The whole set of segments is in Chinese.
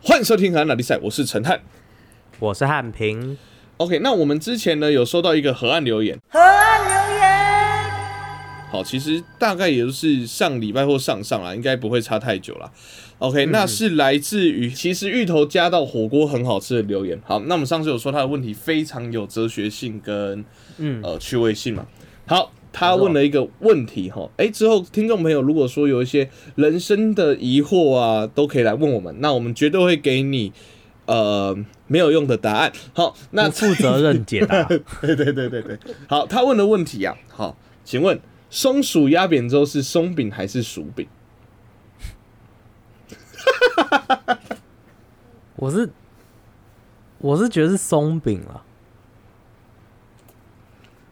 欢迎收听《河岸拉力赛》，我是陈汉。我是汉平， OK，那我们之前呢有收到一个河岸留言，河岸留言，好，其实大概也就是上礼拜或上上啦，应该不会差太久啦。OK，、那是来自于其实芋头加到火锅很好吃的留言。好，那我们上次有说他的问题非常有哲学性跟嗯，呃趣味性嘛。好，他问了一个问题哈，诶，之后听众朋友如果说有一些人生的疑惑啊，都可以来问我们，那我们绝对会给你呃没有用的答案。好，那不负责任解 答，对对对对对，好，他问的问题啊，好，请问松鼠压扁之后是松饼还是薯饼？ 我是我是觉得是松饼了，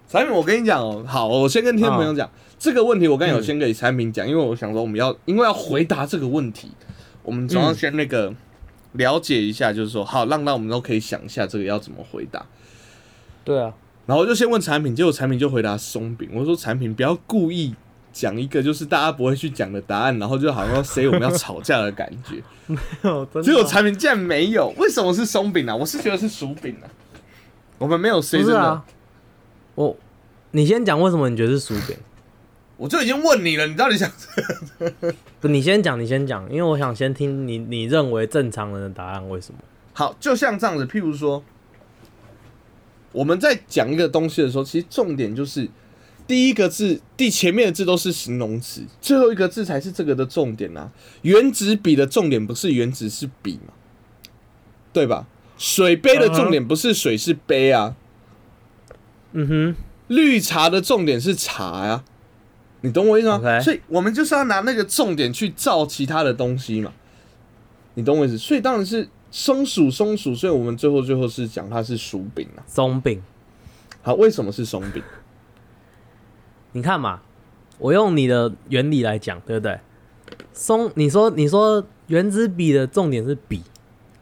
产品，我跟你讲哦，好，我先跟听众朋友讲、这个问题，我刚才有先给产品讲，因为我想说我们要，因为要回答这个问题，我们总要先那个了解一下，就是说，好，让让我们都可以想一下这个要怎么回答。对 啊，然后我就先问产品，结果产品就回答松饼。我说产品不要故意讲一个就是大家不会去讲的答案，然后就好像 say 我们要吵架的感觉。结只果有产品竟然没有，为什么是松饼啊？我是觉得是薯饼啊。我们没有 C 不真是的，啊，我你先讲为什么你觉得是薯饼？我就已经问你了，你到底想？不，你先讲，你先讲，因为我想先听你你认为正常人的答案为什么？好，就像这样子，譬如说，我们在讲一个东西的时候，其实重点就是第一个字、第前面的字都是形容词，最后一个字才是这个的重点啊。原子笔的重点不是原子是笔嘛，对吧？水杯的重点不是水是杯啊嗯哼，绿茶的重点是茶呀、你懂我意思吗 OK 所以我们就是要拿那个重点去造其他的东西嘛，你懂我意思？所以当然是松鼠松鼠，所以我们最后最后是讲它是薯饼啊。松饼，好，为什么是松饼？你看嘛，我用你的原理来讲，对不对？松，你说你说原子笔的重点是笔，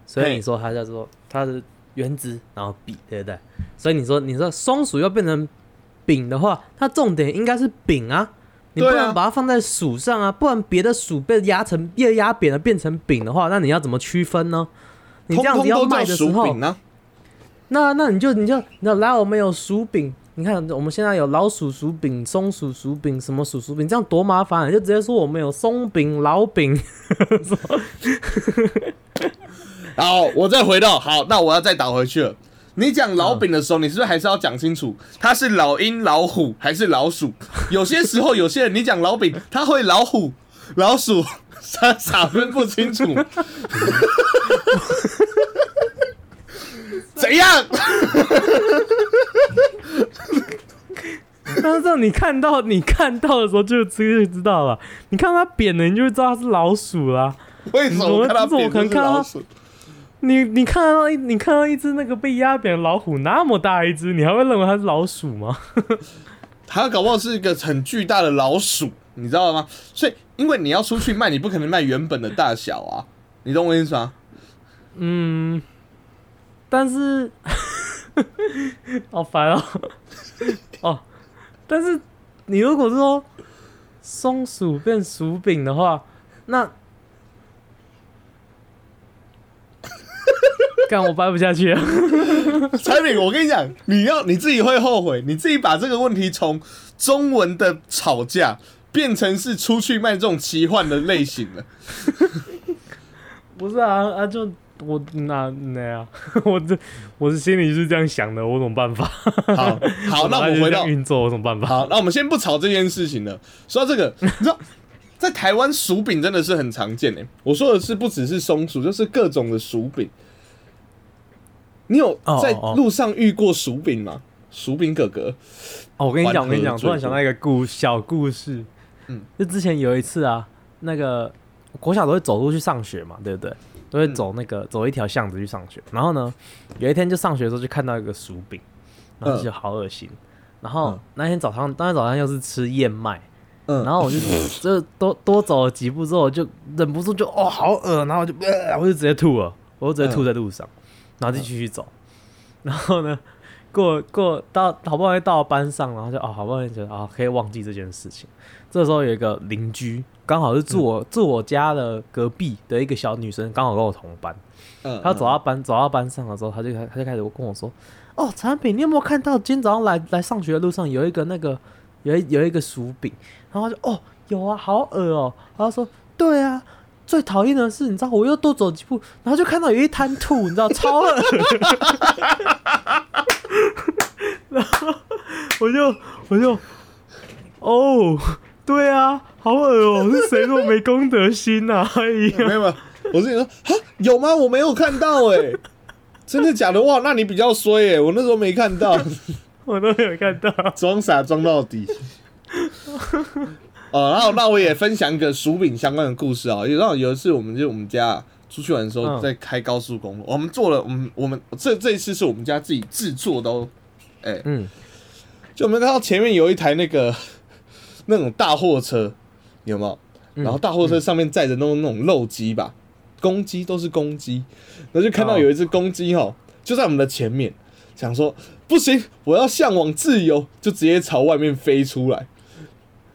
所以嘿你说它叫做它是原子，然后笔，对不对？所以你说你说松鼠要变成饼的话，它重点应该是饼啊，你不对啊能把它放在鼠上啊，不然别的鼠被压成被压扁了变成饼的话，那你要怎么区分呢？你这样子通要通都卖叫的时薯候，饼啊。那那你就你就那来我们有薯饼，你看我们现在有老鼠薯饼、松鼠薯饼，什么鼠薯饼，这样多麻烦、啊就直接说我们有松饼、老饼。 好，我再回到好，那我要再打回去了。你讲老饼的时候，你是不是还是要讲清楚，它是老鹰、老虎还是老鼠？有些时候，有些人你讲老饼，他会老虎、 老鼠，傻傻分不清 楚。怎样？但是这样你看到你看到的时候就直接知道了，你看它扁了，你就会知道它是老鼠啦。为什么我看到怎么饼可能就是老鼠？你你看到一你看到一只那个被压扁的老虎那么大一只，你还会认为它是老鼠吗？他搞不好是一个很巨大的老鼠，你知道吗？所以，因为你要出去卖，你不可能卖原本的大小啊，你懂我意思吗？嗯，但是 好烦哦，哦，但是你如果说松鼠变薯饼的话，那 干我掰不下去了。啊产品，我跟你讲，你要你自己会后悔，你自己把这个问题从中文的吵架变成是出去卖这种奇幻的类型了。 不是啊啊，就我那那样，啊 我这我是心里是这样想的，我有什么办法？ 好，好，那我就们是回这样到运作，我有什么办法？好，那我们先不吵这件事情了。说到这个，你知道，在台湾薯饼真的是很常见诶、欸我说的是不只是松鼠，就是各种的薯饼。你有哦在哦路上遇过薯饼吗？薯饼哥哥，哦，我跟你讲，我跟你缓讲，和突然最多想到一个故小故事，嗯嗯，就之前有一次啊，那个国小都会走路去上学嘛，对不对？都嗯会走那个、走一条巷子去上学。然后呢，有一天就上学的时候就看到一个薯饼，然后就觉得好恶心。然后嗯那天早上，当天早上又是吃燕麦，嗯然后我就就多多走了几步之后，我就忍不住就哦好恶，然后我就、呃、我就直接吐了，我就直接吐在路上，然后就继续走。然后呢，过过到好不容易到了班上，然后就哦，好不容易觉得啊、哦、可以忘记这件事情。这时候有一个邻居，刚好是住我、住我家的隔壁的一个小女生，刚好跟我同班。嗯，她走到班走到班上的时候，她就开她就开始跟我说：“哦，产品，你有没有看到今天早上来来上学的路上有一个那个有一有一个薯饼？”然后我就哦有啊，好恶哦、然后说：“对啊。”最讨厌的是，你知道，我又多走几步，然后就看到有一滩吐，你知道，超恶。我就我就哦，对啊，好恶哦、是谁说我没公德心呐、啊？哎呀， 没有没有，我是说哈有吗？我没有看到哎、 真的假的？哇，那你比较衰哎、我那时候没看到， 我都没有看到。装傻装到底。 哦，然后那我也分享一个薯饼相关的故事啊。有让有一次，我们就我们家出去玩的时候，嗯在开高速公路，我们做了，我们我们这这一次是我们家自己制作的哦。哎、嗯，就我们看到前面有一台那个那种大货车，有没有？然后大货嗯车上面载着那种那种肉鸡吧，公鸡都是公鸡，然后就看到哦有一只公鸡哦，就在我们的前面，想说不行，我要向往自由，就直接朝外面飞出来。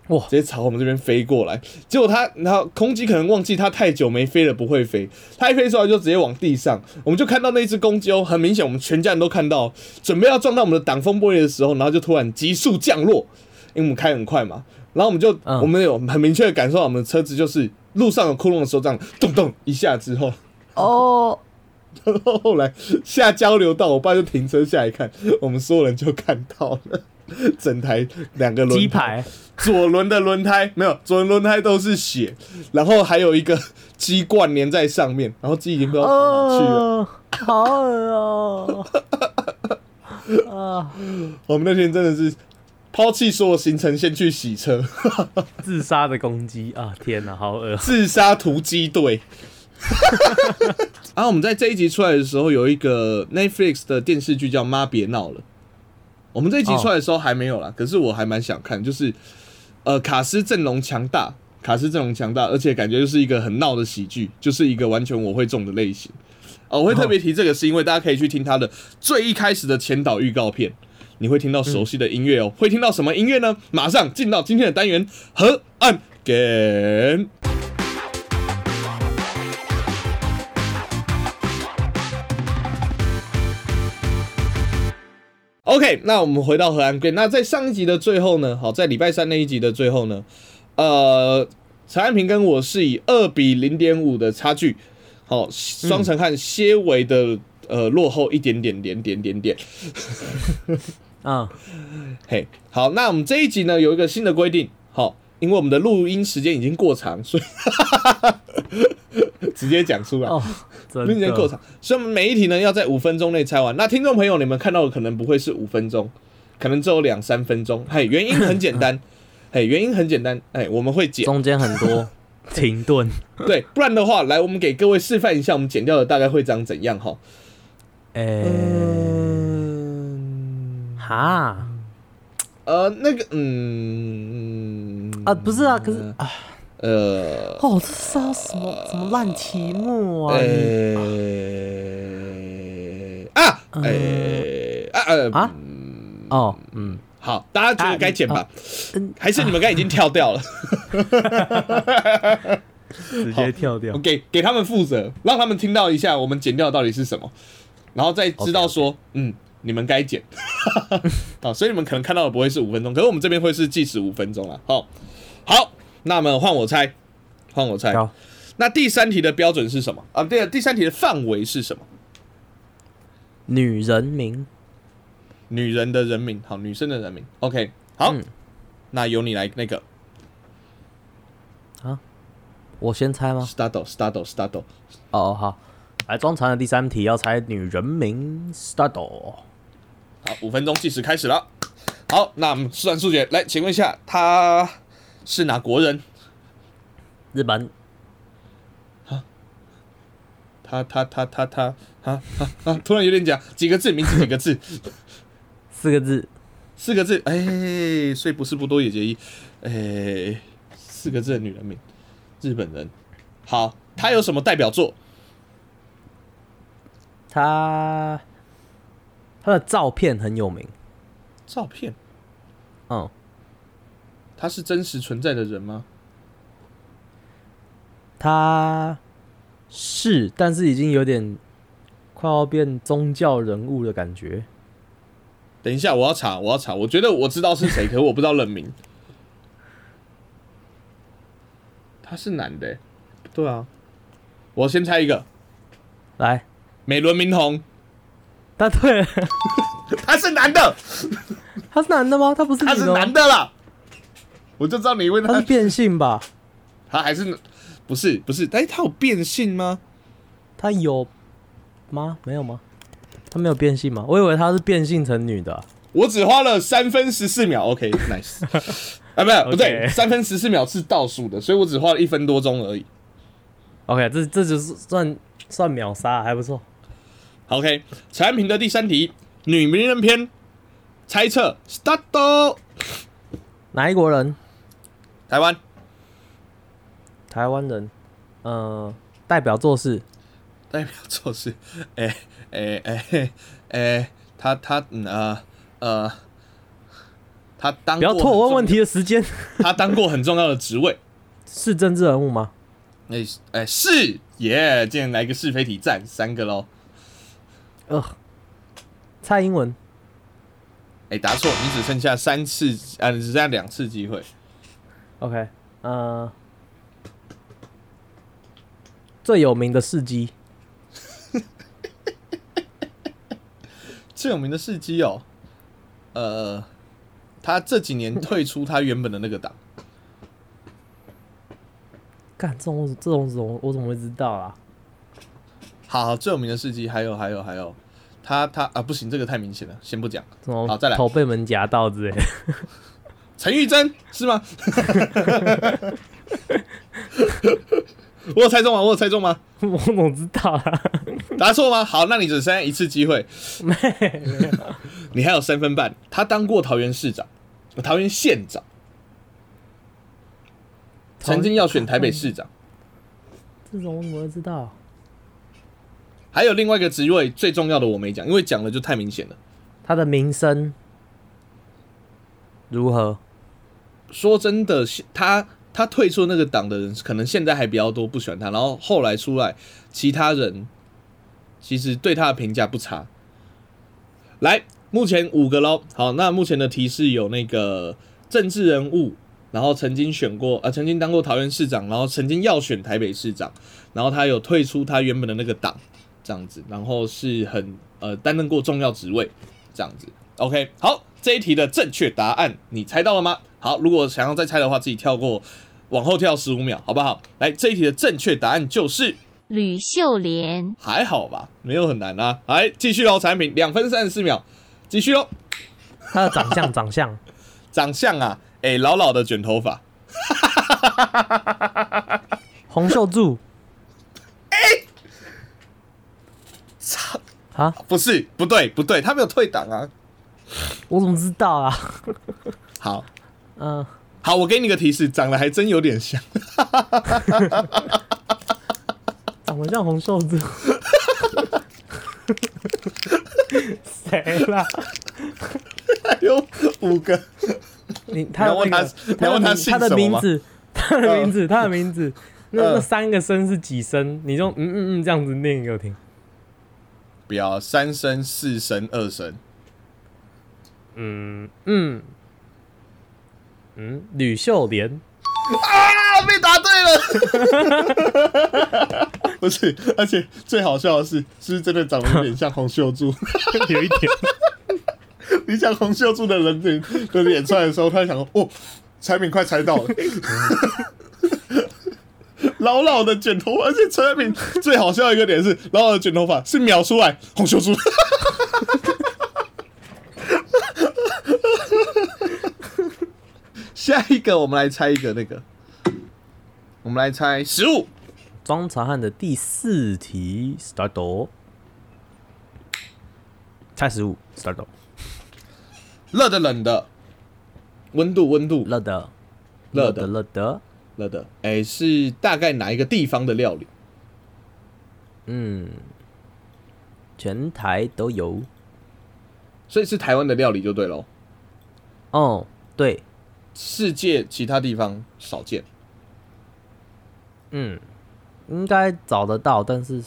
哇直接朝我们这边飞过来，结果它，然后公鸡可能忘记它太久没飞了，不会飞，它一飞出来就直接往地上，我们就看到那只公鸡哦，很明显，我们全家人都看到，准备要撞到我们的挡风玻璃的时候，然后就突然急速降落，因为我们开很快嘛，然后我们就、嗯我们有很明确的感受到我们的车子就是路上有窟窿的时候，这样咚咚一下之后，哦，然 后后来下交流道，我爸就停车下来看，我们所有人就看到了整台两个轮鸡胎排，左轮的轮胎没有，左轮轮胎都是血，然后还有一个鸡冠粘在上面，然后鸡已经不知道跑哪去了。哦，好恶哦、啊，我们那天真的是抛弃所有行程，先去洗车，自杀的公鸡啊！天哪，好 恶！自杀突击 队。然后啊我们在这一集出来的时候，有一个 Netflix 的电视剧叫《妈别闹了》。我们这一集哦出来的时候还没有啦，可是我还蛮想看，就是呃，卡斯阵容强大，卡斯阵容强大，而且感觉就是一个很闹的喜剧，就是一个完全我会中的类型。哦，我会特别提这个，是因为大家可以去听他的最一开始的前导预告片，你会听到熟悉的音乐哦。会听到什么音乐呢？马上进到今天的单元——河岸梗。OK，那我们回到荷兰队。那在上一集的最后呢，好，在礼拜三那一集的最后呢，呃，陈安平跟我是以二比零点五的差距，好，双城汉些微的、呃落后一点点点点点点。啊，嘿，好，那我们这一集呢有一个新的规定，好，因为我们的录音时间已经过长，所以 直接讲出来。哦，真时间的过长，所以我们每一题呢要在五分钟内猜完。那听众朋友，你们看到的可能不会是五分钟，可能只有两三分钟。嘿，原因很简 单，嘿，原因很简单，哎，我们会剪。中间很多停顿。对，不然的话，来，我们给各位示范一下，我们剪掉的大概会长怎样哈。哎、嗯，哈呃，那个，嗯，啊，不是啊，可是啊，呃，哎哦，这是要什么什么烂题目啊？你呃，啊，哎，啊，呃，啊哦，嗯，好，大家觉得该剪吧？嗯还是你们刚才已经跳掉 了？直接跳掉我。给给他们负责，让他们听到一下我们剪掉的到底是什么，然后再知道说嗯，你们该剪。 好，所以你们可能看到的不会是五分钟，可是我们这边会是计时五分钟了。好，好，那么换我猜，换我猜。好，那第三题的标准是什么？啊，对了，第三题的范围是什么？女人名，女人的人名，好，女生的人名。OK，好，嗯那由你来那个我先猜吗？ start start start。哦，好，来庄长的第三题要猜女人名 Stado。好，五分钟计时开始了。好，那我们速战速决，来，请问一下，他是哪国人？日本他他他他他啊啊啊！突然有点假，几个字，名字几个字， 四个字，四个字，哎、所以不是不多野结衣，哎、四个字的女人名，日本人。好，他有什么代表作？她她它的照片很有名。照片，嗯，他是真实存在的人吗？他是，但是已经有点快要变宗教人物的感觉。等一下，我要查，我要查。我觉得我知道是 谁，可我不知道人名。他是男的欸、对啊。我先猜一个，来，美轮明宏，答对了， 他是男 的，他是男的吗？他不是他女是的吗男，的啦。我就知道你问他他是，变性吧？他还是不是不是？哎、他有变性吗？他有吗？没有吗？他没有变性吗？我以为他是变性成女的啊、我只花了三分十四秒，OK，nice、啊， 不是不对， OK 三分十四秒是倒数的，所以我只花了一分多钟而已。 OK，这这就是算算秒杀，还不错。 OK，陈安平的第三题，女名人篇，猜测 start，哦哪一国人？台湾台湾人。呃，代表作嗯是代表作是， 哎哎哎哎哎，他他嗯呃呃，他当不要过拖我很问问重题的时间，要， 他当过很重要的职位。是政治人物吗？哎、哎、是耶，今天来个是非题战三个喽。呃，蔡英文哎、答错，你只剩下三次，啊，你只剩下两次机会。 ，OK，呃，最有名的事迹，最有名的事迹哦，呃，他这几年退出他原本的那个党，干这种这种种我怎么会知道啊？好好，最有名的事迹还有还有还有，他他啊不行，这个太明显了，先不讲。怎么好再来头被门夹到之类的？ 陈玉珍是吗？ 我有猜中吗？我有猜中吗？我怎么知道啊？答错吗？好，那你只剩下一次机会，没你还有三分半。他当过桃园市长，桃园县长，曾经要选台北市长，这种我怎么会知道？还有另外一个职位最重要的我没讲，因为讲了就太明显了。他的名声如何？说真的，现他他退出那个党的人，可能现在还比较多不喜欢他，然后后来出来，其他人其实对他的评价不差。来，目前五个喽。好，那目前的提示有那个政治人物，然后曾经选过，呃，曾经当过桃园市长，然后曾经要选台北市长，然后他有退出他原本的那个党，这样子，然后是很呃担任过重要职位，这样子。OK，好，这一题的正确答案你猜到了吗？好，如果想要再猜的话，自己跳过，往后跳十五秒，好不好？来，这一题的正确答案就是吕秀莲、还好吧，没有很难啊。来，继续喽，产品两分三十四秒，继续喽。他的长 相，长相，长相啊，哎、老老的卷头发，洪秀柱。哎、啊！不是，不对，不对，他没有退党啊。我怎么知道啊？好，嗯、好，我给你个提示，长得还真有点像。长得像红袖子。 谁啦？有五个，你你他要的问那他个你要问他的名姓他的什么吗名字，他的名字，他的名字，那嗯那三个声是几声？你就嗯嗯嗯这样子念给我听。不要三声、四声、二声，嗯嗯嗯，吕秀莲，啊，被答对了。不是，而且最好笑的是，是不是真的长得有点像洪秀柱？ 有一点。你讲洪秀柱的人脸的脸出来的时候，他想说：“哦，产品快猜到了。”老老的卷头发，而且陈安平最好笑的一个点是，老老的卷头发是秒出来洪秀柱。 下一个，我们来猜一个那个，我们来猜食物。庄长汉的第四题，start。猜十五，start。热的冷的，温度温度乐的，热的，的乐的。热的，哎、是大概哪一个地方的料理？嗯，全台都有。所以是台湾的料理就对喽，哦，对，世界其他地方少见。嗯，应该找得到，但是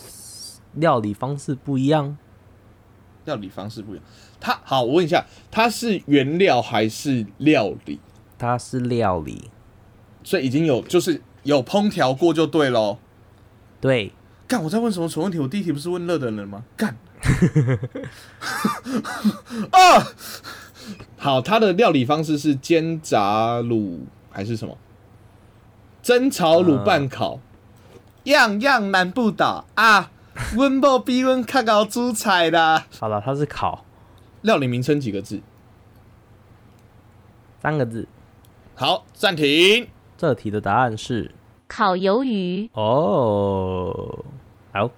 料理方式不一样。料理方式不一样。它好，我问一下，它是原料还是料理？它是料理，所以已经有就是有烹调过就对喽。对，干，我在问什么蠢问题？我第一题不是问热的人吗？干， 啊，好，它的料理方式是煎、炸、卤还是什么？蒸、炒、卤、呃拌、烤，样样难不倒啊！温某比阮较高煮菜啦。好了，它是烤料理名称几个字？三个字。好，暂停。这题的答案是烤鱿鱼、哦，好，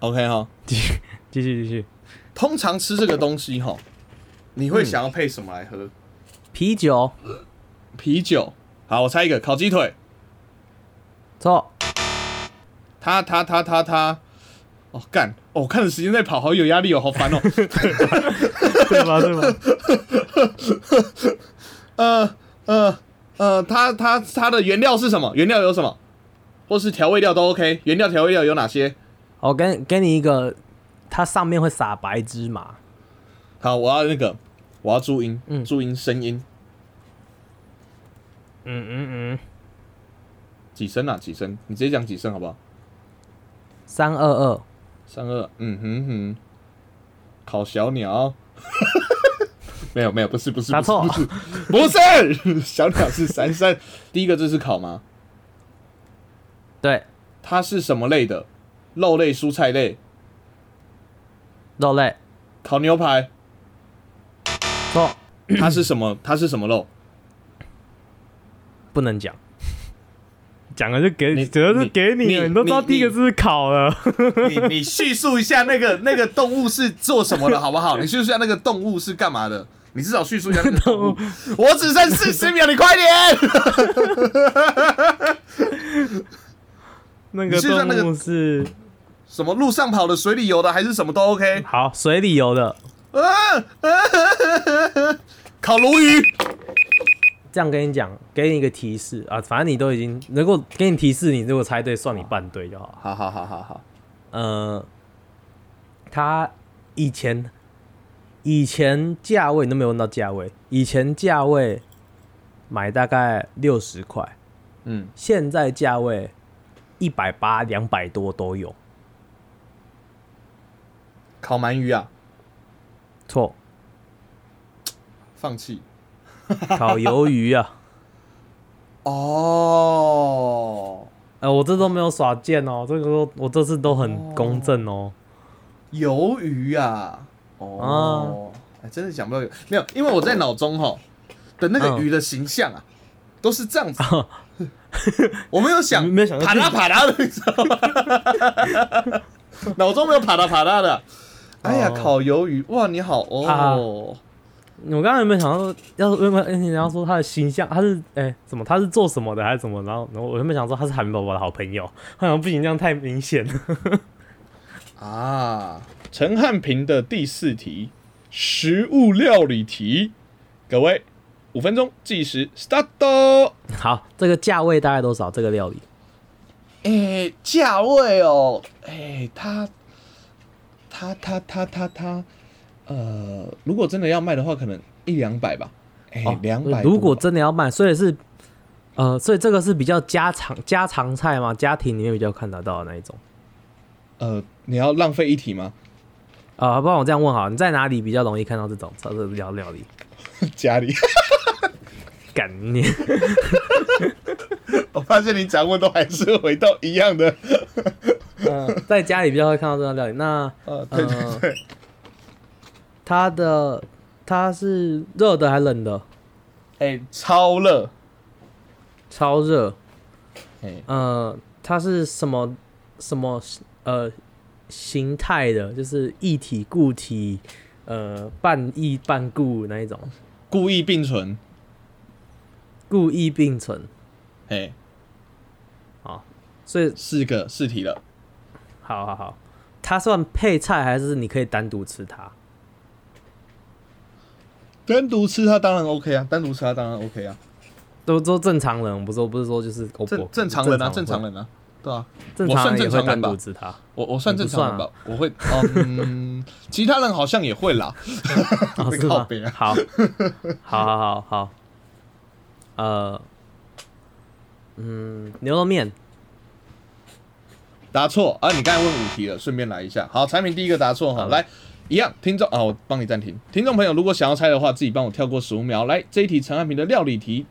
OK 哈，继续继续继续，通常吃这个东西哈，你会想要配什么来喝？啤酒啤酒。好，我猜一个，烤鸡腿。错，他他他他他，哦干，哦我看着时间在跑，好有压力哦，好烦哦。对吧 对吧？呃呃呃，它它它的原料是什么？原料有什么？或是调味料都 OK。原料调味料有哪些？我哦给你给你一个，它上面会撒白芝麻，好，我要那个，我要注音，嗯注音声音嗯嗯嗯，几声啊？几声？你直接讲几声好不好？三二二，三二，嗯哼哼，烤小鸟。 没有没有，不是不是，答不是错不是不是，小鸟是三三。第一个字是烤吗？ 对，它是什么类的？肉类、蔬菜类、肉类烤牛 排，错，它是什么？它是什么肉？不能讲。讲了就给，你主要是给你了，你你都知道第一个字是烤 了。你你叙述一下那个那个动物是做什么的好不好？你叙述一下那个动物是干嘛的？你至少叙述一下那个 动物。我只剩 四十秒，你快点！那你个是说那个动物是什么路上跑的、水里游的，还是什么都 OK。好水里游的，啊！烤鲈鱼，这样跟你讲，给你一个提示啊，反正你都已经能够给你提示，你如果猜对，算你半对就好了。好好好好好，呃，它以前以前价位你都没有问到价位，以前价位买大概六十块，嗯，现在价位一百八、两百多都有。烤鳗鱼啊，错，放弃。烤鱿鱼啊，哦，呃，我这都没有耍贱哦，这个都我这次都很公正哦。鱿鱼啊，哦，哎、真的想不到有没有，因为我在脑中哈的那个嗯哦鱼的形象啊，都是这样子， 我没有想没有想到啪啦啪啦的，你知道吗？ 脑中没有啪啦啪啦的。哎呀，哦烤鱿鱼，哇，你好啊哦，我刚刚有没有想到要原本原本要说他的形象，他是哎、怎么他是做什么的还是怎么？然后然后我原本想说他是海绵宝宝的好朋友，好像不行，这样太明显了。啊，陈汉平的第四题，食物料理题，各位五分钟计时，start。 哦好，这个价位大概多少？这个料理诶，哎价位哦，诶，它，它，它，它，它，它，呃，如果真的要卖的话，可能一两百吧。诶，哎两百、哦如果真的要卖，所以是呃，所以这个是比较家常家常菜嘛，家庭里面比较看得到的那一种。呃，你要浪费一题吗？ 啊，不然我这样问好，你在哪里比较容易看到这种这种料料理？家里， 干你！我发现你掌握都还是回到一样的。 嗯，在家里比较会看到这种料理。那呃，对对对，它的它是热的还冷的？诶，哎超热，哎超热。诶，呃，它是什么什么呃形态的？就是一体、固体、呃半异半固那一种，故意并存，故意并存。诶，所以，哎四个四题了，好好好，它算配菜还是你可以单独吃它？单独吃它当然 OK 啊，单独吃它当然 OK 啊，都都正常人，我不是我不是说就是狗正正常人啊，正正常人，人啊，对啊，正我常算人也正常会单人吧独吃它。我我算正常人吧，我会，嗯， 其他人好像也会啦，哦， 会是靠吗北？啊，好，好 好好好，呃，嗯，牛肉面，答错啊！你刚才问五题了，顺便来一下。好，产品第一个答错哈，好来一样，听众啊，我帮你暂停。听众朋友，如果想要猜的话，自己帮我跳过十五秒。来，这一题陈汉平的料理题，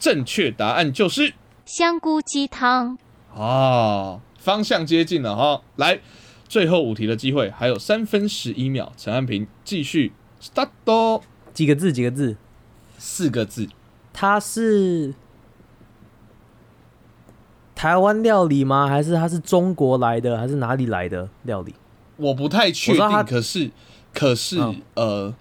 正确答案就是香菇鸡汤，啊，方向接近了哈。来，最后五题的机会，还有三分十一秒，陈汉平继续 start 哦几个字？几个字？四个字，它是台湾料理吗？还是它是中国来的？还是哪里来的料理？我不太确我知道定，他可是可是、嗯呃，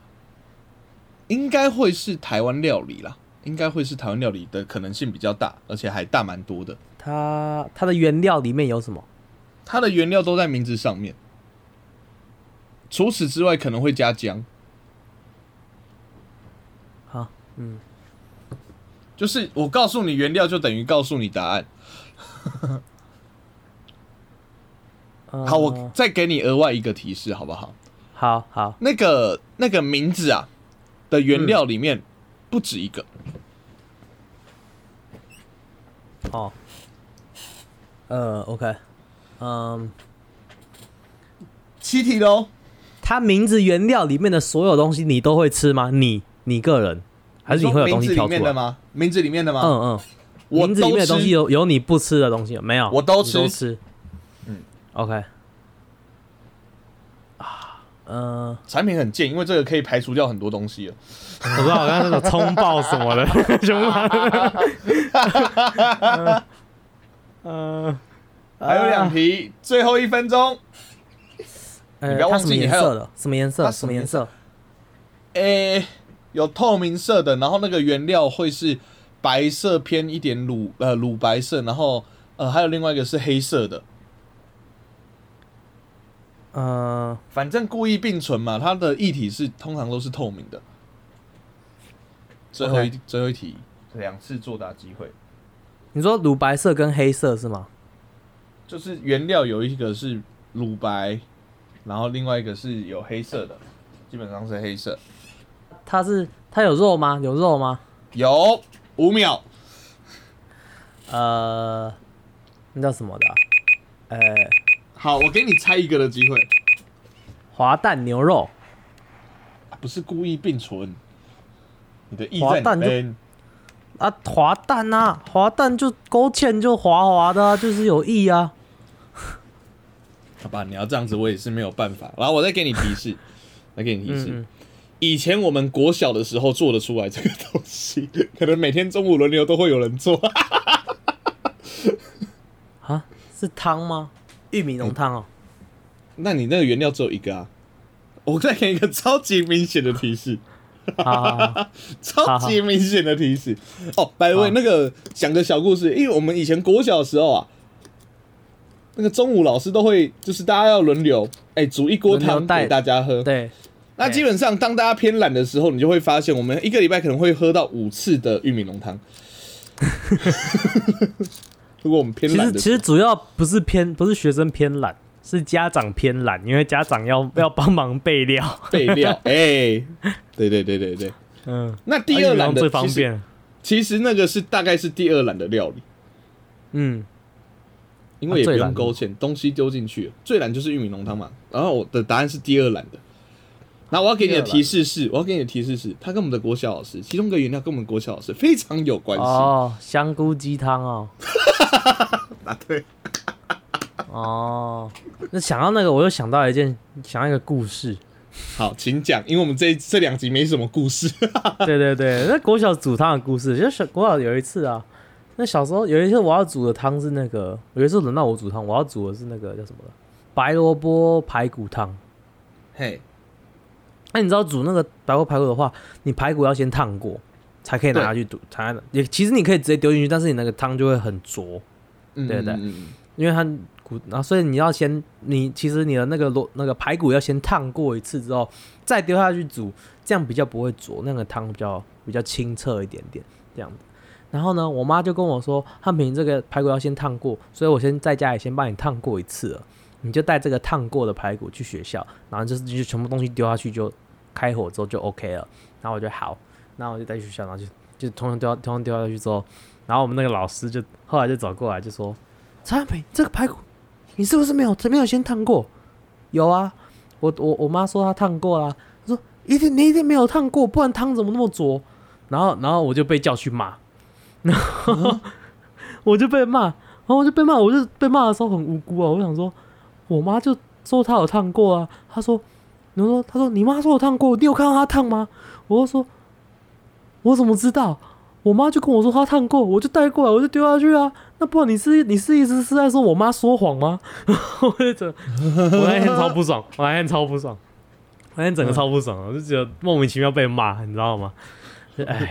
应该会是台湾料理啦，应该会是台湾料理的可能性比较大，而且还大蛮多的。它它的原料里面有什么？它的原料都在名字上面，除此之外可能会加姜，好，嗯，就是我告诉你原料就等于告诉你答案。呃好，我再给你额外一个提示，好不好？好好那个那个名字啊的原料里面不止一个，哦，呃，OK，嗯，七哦题喽。它名字原料里面的所有东西你都会吃吗？你你个人，还是你会有东名西字里挑出来面的？吗？名字里面的吗？嗯嗯，啊我名字里面的东西都吃有有你不吃的东西有没有？我都吃你都吃。嗯，OK。啊，啊嗯，产品很贱，因为这个可以排除掉很多东西了。我不知道，我刚刚那种葱爆什 么的，全部把它。呃嗯，还有两题，最后一分钟。呃你不要它忘什么记你颜还有色的？什么颜色？它什什么么颜颜色？诶、有透明色的，然后那个原料会是白色偏一点乳呃乳白色，然后呃还有另外一个是黑色的，嗯，反正故意并存嘛，它的液体是通常都是透明的。最后一最后一题，两次作答机会，你说乳白色跟黑色是吗？就是原料有一个是乳白，然后另外一个是有黑色的，基本上是黑色。它是它有肉吗？有肉吗？有五秒，呃，那叫什么的啊、呃，好，我给你猜一个的机会，滑蛋牛肉。不是故意并存，你的意滑在蛋哪就边？啊，滑蛋啊，滑蛋就勾芡就滑滑的、啊，就是有意啊。好吧，你要这样子，我也是没有办法。然后我再给你提示，再给你提示。嗯嗯以前我们国小的时候做得出来这个东西，可能每天中午轮流都会有人做。啊，是汤吗？玉米浓汤哦。 那你那个原料只有一个啊？我再给你一个超级明显的提示，嗯好好好好超级明显的提示。哦，白好薇，那个讲个小故事，因为我们以前国小的时候啊，那个中午老师都会，就是大家要轮流，哎、煮一锅轮流汤带给大家喝。对，那基本上，当大家偏懒的时候，你就会发现，我们一个礼拜可能会喝到五次的玉米浓 汤。如果我们偏其懒实的其时候，实主要不是偏，不是学生偏懒，是家长偏懒，因为家长要要帮忙备料。备 料，哎、对对对对对。嗯，那第二啊玉米浓懒的最方其实便。其实那个是大概是第二懒的料理，嗯，因为也啊最不用懒勾芡，东西丢进去了。最懒就是玉米浓汤嘛。然后我的答案是第二懒的。那我要给你的第二懒提示是，我要给你的提示是，它跟我们的国小老师，其中一个原料跟我们国小老师非常有关系。哦，香菇鸡汤哦。答啊对，哦，那想到那个，我又想到一件，想到一个故事。好，请讲，因为我们这一这两集没什么故事。 对对对，那国小煮汤的故事，就小国小有一次啊，那小时候有一次我要煮的汤是那个，有一次轮到我煮汤，我要煮的是那个叫什么的白萝卜排骨汤。 嘿，那、你知道煮那个白锅排骨的话，你排骨要先烫过，才可以拿对下去煮。才也其实你可以直接丢进去，但是你那个汤就会很浊，嗯对对嗯嗯嗯因为它骨骨，然后所以你要先，你其实你的那个螺那个排骨要先烫过一次之后，再丢下去煮，这样比较不会浊，那个汤比较比较清澈一点点这样子。然后呢，我妈就跟我说，汉平这个排骨要先烫过，所以我先在家里先帮你烫过一次了，你就带这个烫过的排骨去学校，然后就是就全部东西丢下去就开火之后就 OK 了。然后我就好，然后我就带去学校，然后就就通通丢到通通丢下去之后，然后我们那个老师就后来就走过来就说：“陈汉平，这个排骨你是不是没有没有先烫过？有啊，我我我妈说她烫过啊啦、她说一定你一定没有烫过，不然汤怎么那么浊？然后然后我就被叫去骂，然后 我就被骂，然后我就被骂，我就被骂的时候很无辜啊，我想说我妈就说她有烫过啊，她说。然后说：“她说你妈说我烫过，你有看到她烫吗？”我就说，我怎么知道？我妈就跟我说她烫过，我就带过来，我就丢下去啊。那不然你是你是意思是在说我妈说谎吗？ 我就 整，我那天超不爽，我那天超不爽，我那天整个超不爽的，我就觉得莫名其妙被骂，你知道吗？就哎，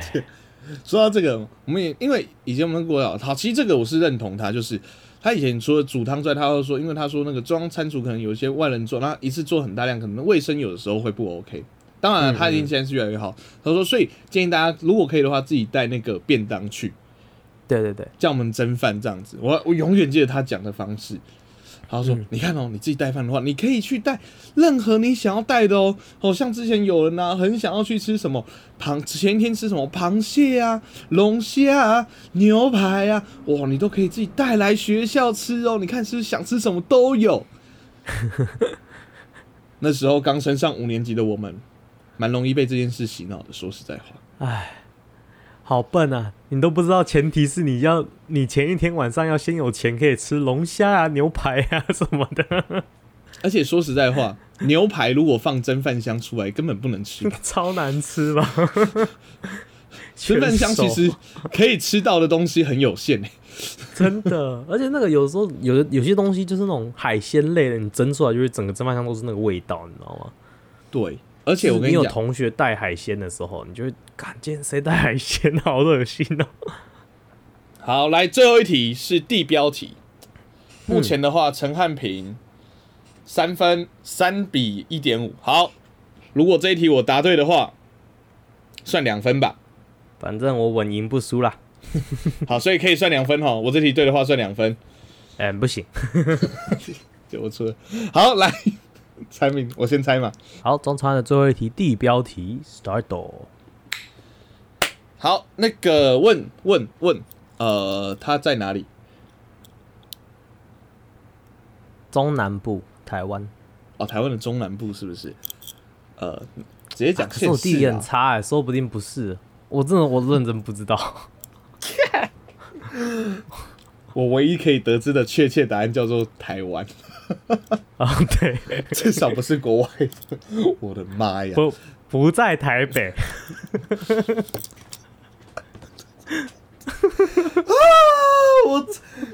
说到这个，我们也因为以前我们国小好，其实这个我是认同他，就是他以前除了煮汤之外，他又说，因为他说那个中央餐厨可能有一些外人做，那一次做很大量，可能卫生有的时候会不 OK。当然了，他已经现在是越来越好。他说，所以建议大家如果可以的话，自己带那个便当去，对对对，叫我们蒸饭这样子。我我永远记得他讲的方式。他说：“你看哦，你自己带饭的话，你可以去带任何你想要带的哦。哦，像之前有人啊，很想要去吃什么螃，前一天吃什么螃蟹啊、龙虾啊、牛排啊，哇，你都可以自己带来学校吃哦。你看是不是想吃什么都有。那时候刚升上五年级的我们，蛮容易被这件事洗脑的。说实在话，哎，好笨啊！你都不知道，前提是你要你前一天晚上要先有钱可以吃龙虾啊、牛排啊 什么的，而且说实在话，牛排如果放蒸饭香出来，根本不能吃。”超难吃 吧？吃饭香其全熟实可以吃到的东西很有限、欸，真的，而且那个有时候有的有些东西就是那种海鲜类的，你蒸出来就会整个蒸饭箱都是那个味道，你知道吗？对，而且我跟就是你有讲，同学带海鲜的时候，你就会看今天谁带海鲜，好恶心哦、好，来最后一题是地标题。目前的话，陈汉平三分三比一点五。好，如果这一题我答对的话，算两分吧。 反正我稳赢不输啦，好，所以可以算两分哈。我这题对的话算两分，哎、不行，就我出了。好，来 猜名，我先猜嘛。好，中餐的最后一题地标题 start，好，那个问问问，呃，他在哪里？中南部台湾，哦，台湾的中南部是不是？呃，直接讲可县市、啊是我地理很差哎、说不定不是，我真的我认真不知道， 我唯一可以得知的确切答案叫做台湾， 啊， 对，至少不是国外 的。我的妈呀！不不在台北，啊我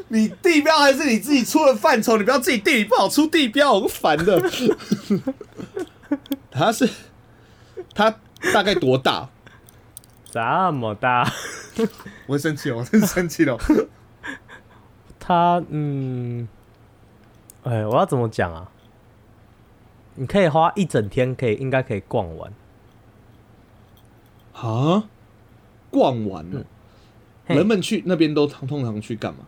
你地标还是你自己出的范畴，你不要自己地理不好出地标，我烦的。 他是他大概多大？这么大。我会生气哦了，我真生气了。他嗯，哎，我要怎么讲啊？你可以花一整天，可以应该可以逛完。啊！逛完了，嘿人们去那边都通通常去干嘛？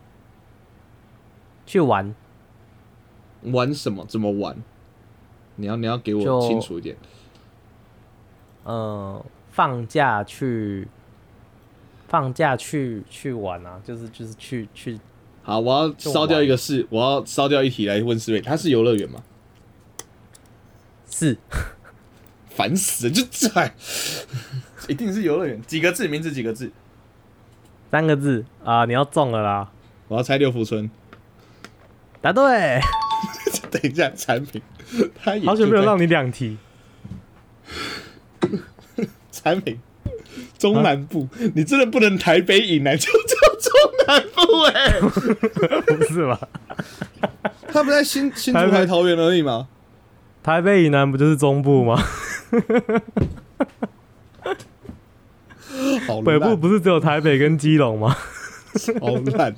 去玩，玩什么？怎么玩？你要你要给就我清楚一点。呃，放假去，放假去去玩啊，就是就是去去，好，我要烧掉一个事，我要烧掉一题来问思睿，它是游乐园吗？是烦死了，就这， 一定是游乐园。几个字？名字几个字？三个字啊、你要中了啦！我要猜六福村。 答对，等一下，产品，它也好久没有就在让你两 题，产品 中南部，你真的不能台北以南就叫中南部哎、不是吧？ 他不在新新台竹北台桃园而已吗？台北以南不就是中部吗？好烂啊北部不是只有台北跟基隆吗？ 超烂，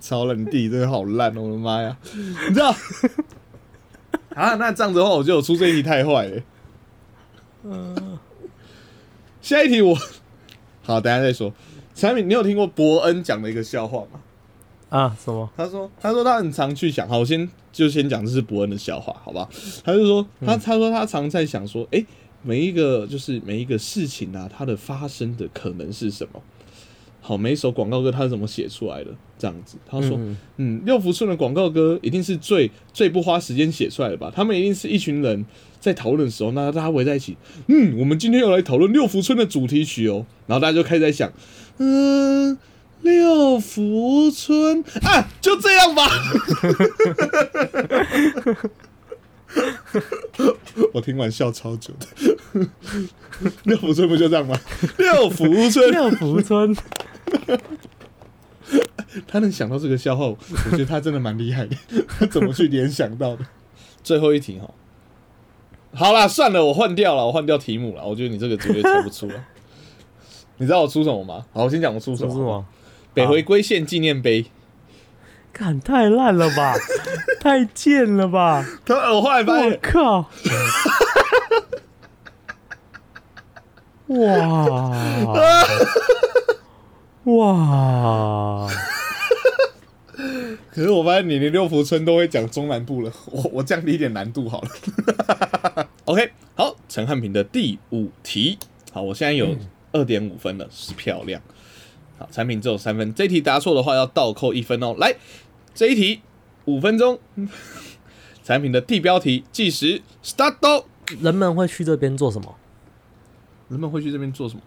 超烂，你地理真的好烂哦，我的妈呀！你知道啊？那这样子的话，我觉得我出这一题太坏了。嗯，下一题我好，等一下再说。产品，你有听过伯恩讲的一个笑话吗？啊，什么？他说，他说他很常去想，好，我先就先讲这是伯恩的笑话，好吧？他就说，他他说他常在想说，诶，每一个就是每一个事情啊，它的发生的可能是什么？好，每一首广告歌它是怎么写出来的？这样子，他说，嗯嗯，六福顺的广告歌一定是最最不花时间写出来的吧？他们一定是一群人在讨论的时候，那大家围在一起，嗯，我们今天要来讨论六福村的主题曲哦。然后大家就开始在想，嗯，六福村啊，就这样吧。我听完笑超久的，六福村不就这样吗？六福村，六福村，他能想到这个笑话，我我觉得他真的蛮厉害的。 他怎么去联想到的？最后一题哈，好啦，算了，我换掉了，我换掉题目了。我觉得你这个绝对猜不出 来。你知道我出什么吗？好，我先讲我出什这么。是我，北回归线纪念碑。干太烂了 吧，太贱了吧！他呃我后来发我现，靠！哇哇！可是我发现你连六福村都会讲中南部了。 我我降低一点难度好了。OK，好， 陈汉平的第五题。好，我现在有二点五分了，是漂亮。好，产品只有三分，这一题答错的话要倒扣一分哦。来，这一题五分钟， 产品的地标题计时 start。人们会去这边做什么？人们会去这边做什么？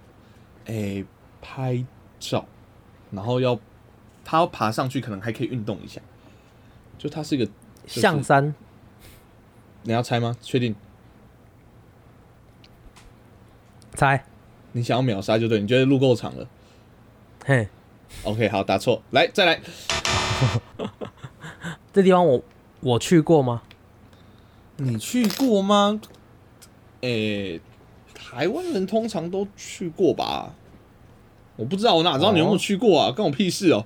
诶、拍照，然后要他要爬上去，可能还可以运动一下。就它是一个，是象山你要猜吗？确定？猜，你想要秒杀就对，你觉得路够长了。嘿， OK，好，答错，来再来，这地方我我去过吗？你去过吗？诶、台湾人通常都去过吧？我不知道，我哪知道你有没有去过啊？关我屁事哦！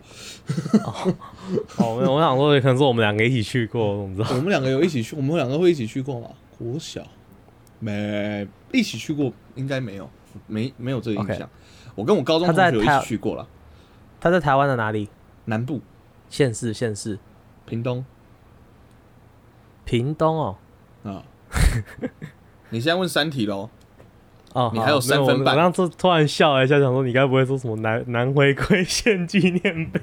哦，没有，我想说，可能是我们两个一起去过，我不知道。我们两个有一起去，我们两个会一起去过吗？国小没一起去过，应该没有，没没有这个印象。我跟我高中他同在学有一台起去过了，他在台湾的哪里？南部、县市，县市，屏东屏东哦。 啊。你现在问三题喽？哦，你好还有没三分我半我刚突突然笑了一下，想说你该不会说什么南南回归线纪念碑？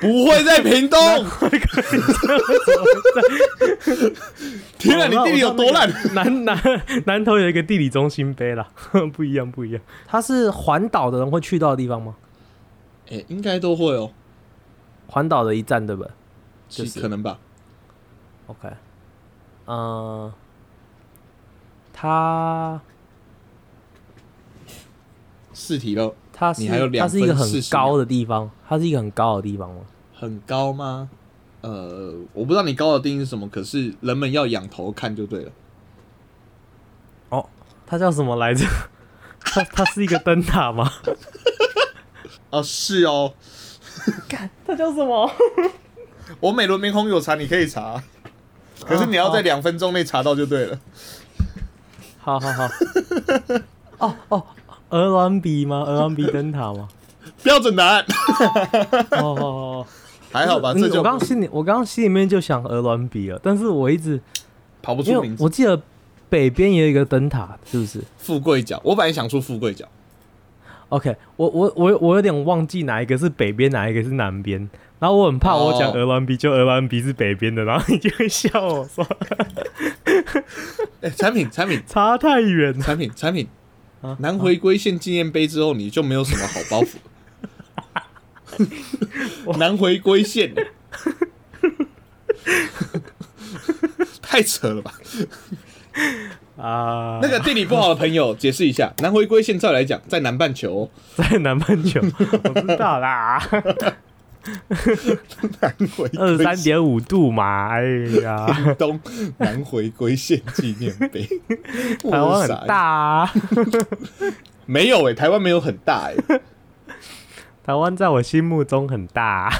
不会在屏 东。天哦啊，你地理有多烂？南南南头有一个地理中心 碑啦，不一样不一样。它是环岛的人会去到的地方吗？哎、应该都会哦，环岛的一站对不对其就是可能吧。 ？OK，嗯、呃，它四题喽，它是你还有两它是一个分很40高的地方，它是一个很高的地方吗？很高吗？呃，我不知道你高的定义是什么，可是人们要仰头看就对了。哦，它叫什么来着？ 它它是一个灯塔 吗？哦，是哦，它叫什么？我美轮明宏有查，你可以查，可是你要在两分钟内查到就对了。好好好。 哦哦，鹅銮鼻吗？鹅銮鼻灯塔吗？标准答案，哦哦哦，还好吧？嗯啊这就我刚心里我刚心里面就想鹅銮鼻了，但是我一直跑不因出为名字。我记得北边也有一个灯塔，是不是富贵角，我本来想出富贵角， ？OK，我我我我有点忘记哪一个是北边，哪一个是南边。然后我很怕我讲哦鹅銮鼻，就鹅銮鼻是北边的，然后你就会笑我说哎、产品产品差太远 了。产品产品啊，南回归线纪念碑之后，你就没有什么好包袱啊了。 南回归 线，太扯了吧！啊，那个地理不好的朋友，解释一下，南回归线照理来讲在南半球哦、在南半球，我知道 啦，南回二归线十三点五度嘛，哎呀。 屏东南回归线纪念碑， 台湾很大、啊，欸没有哎、台湾没有很大哎、台湾在我心目中很大啊、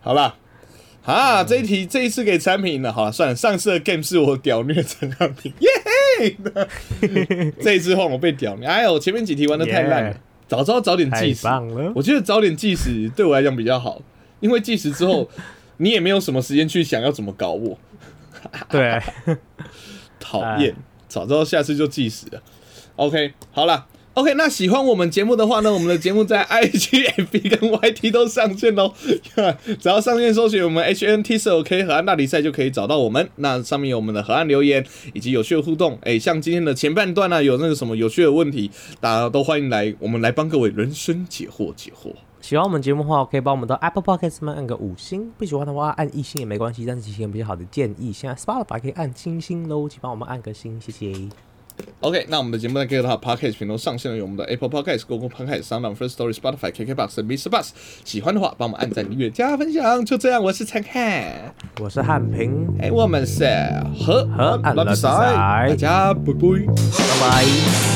好啦，啊，这一题这一次给产品了，好了，算了，上次的 game 是我屌虐陈汉 平，耶嘿！ 这一次换我被屌虐，哎呦，前面几题玩的太烂了 Yeah 早知道早点太计时，棒了！我觉得早点计时对我来讲比较好，因为计时之后你也没有什么时间去想要怎么搞我，对，讨厌，早知道下次就计时了。OK，好了。OK，那喜欢我们节目的话呢，我们的节目在 IG、FB 跟 YT 都上线喽。 只要上线搜寻我们 HNT 是 OK 河岸大比赛就可以找到我们。那上面有我们的河岸留言以及有趣的互动。哎、像今天的前半段呢、啊有那个什么有趣的问题，大家都欢迎来，我们来帮各位人生解惑解惑。喜欢我们节目的话，可以帮我们到 Apple Podcast 上面按个五星；不喜欢的话，按一星也没关系，但是提醒比较好的建议。现在 Spotify 可以按星星喽，请帮我们按个星，谢谢。 OK，那我们的节目在各大 Podcast 频道上线了，有我们的 Apple Podcast、Google Podcast、Sound On、First Story、Spotify、KKBox、Mr. Bus。喜欢的话，帮我们按赞、订阅、加分享。就这样，我是陈汉，我是汉平，嗯哎，我们是河河岸拉比赛拉比赛大家拜拜。拜拜。